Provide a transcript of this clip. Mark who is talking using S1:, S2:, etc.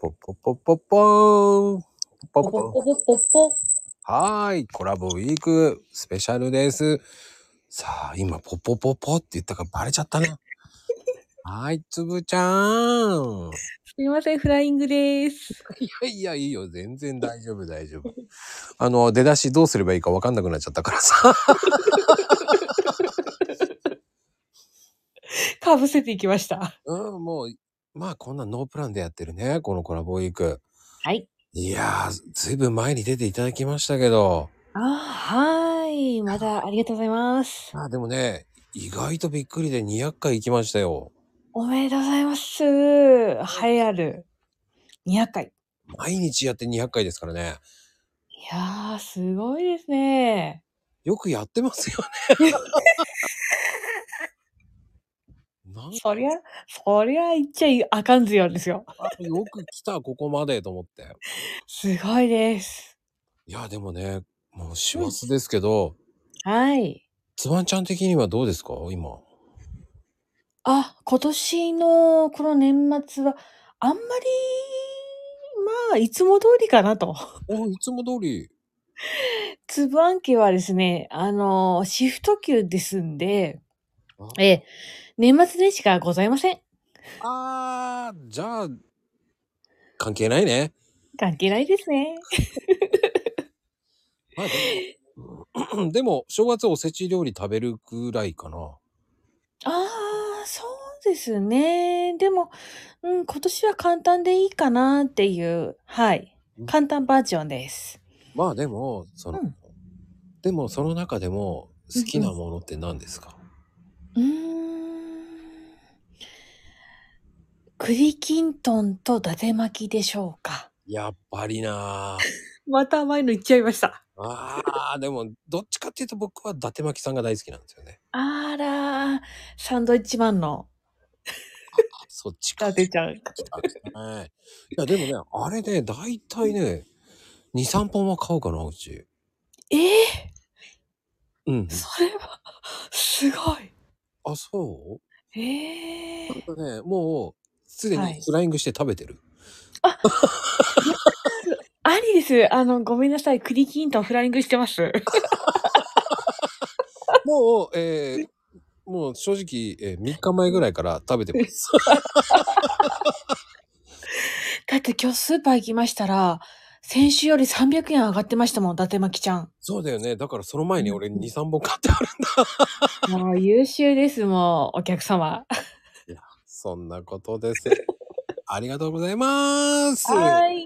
S1: ポッポッポッポッポーンポッ
S2: ポ
S1: ポ
S2: ポ
S1: ッポ
S2: ポポポポ。
S1: はーい、コラボウィークスペシャルです。さあ、今、ポッポッポッポって言ったからバレちゃったな。はーい、つぶちゃーん。
S2: すみません、フライングです。
S1: いやいや、いいよ。全然大丈夫、大丈夫。あの、出だしどうすればいいかわかんなくなっちゃったからさ。
S2: かぶせていきました。
S1: うん、もう、まあ、こんなノープランでやってるね。このコラボウィーク。
S2: はい。
S1: いやー、ずいぶん前に出ていただきましたけど。
S2: あはーい。まだありがとうございます。
S1: まあ、でもね、意外とびっくりで200回行きましたよ。
S2: おめでとうございます。栄えある。200回。
S1: 毎日やって200回ですからね。
S2: いやー、すごいですね。
S1: よくやってますよ ね。なん
S2: そりゃ、そりゃ言っちゃいあかんずよですよ。
S1: かよく来た、ここまでと思って。
S2: すごいです。
S1: いや、でもね、もう師走ですけど、
S2: はい。
S1: つばんちゃん的にはどうですか今。
S2: あ、今年のこの年末は、あんまり、まあ、いつも通りかなと。
S1: おいつも通り。
S2: つぶあんきはですね、あのーシフト級ですんで、
S1: あ
S2: ええ年末年始がございません。
S1: あー、じゃあ、関係ないね。
S2: 関係ないですね。
S1: まあで も、でも正月おせち料理食べるぐらいかな。
S2: ああ、そうですね。でも、うん、今年は簡単でいいかなっていう、はい
S1: うん。
S2: 簡単バージョンです。
S1: まあでも、その、
S2: うん
S1: でもその中でも好きなものって何ですか、
S2: うーん。栗きんとんと伊達巻きでしょうか。
S1: やっぱりなあ
S2: また甘いの言っちゃいました。
S1: あー、でも、どっちかっていうと僕は伊達巻さんが大好きなんですよね。
S2: あらー、サンドイッチマンの
S1: そっち
S2: 伊
S1: か。
S2: 達ちゃん。
S1: はい。いや、でもね、あれね、だいたいね、2、3本は買うかな、うち。
S2: ええ
S1: うん。
S2: それは、すごい。
S1: あ、そう
S2: ええ
S1: これね、もう、すで
S2: は
S1: に
S2: い
S1: フライングして食べてる。
S2: ありです。あの、ごめんなさい。クリキントンフライングしてます。
S1: もう、えーもう正直、えー、3日前ぐらいから食べてます。
S2: だって今日スーパー行きましたら、先週より300円上がってましたもん、伊達巻ちゃん。
S1: そうだよね。だからその前に俺2、3本買ってあるんだ。
S2: もう優秀です、もう、お客様。
S1: そんなことです。ありがとうございます。
S2: はー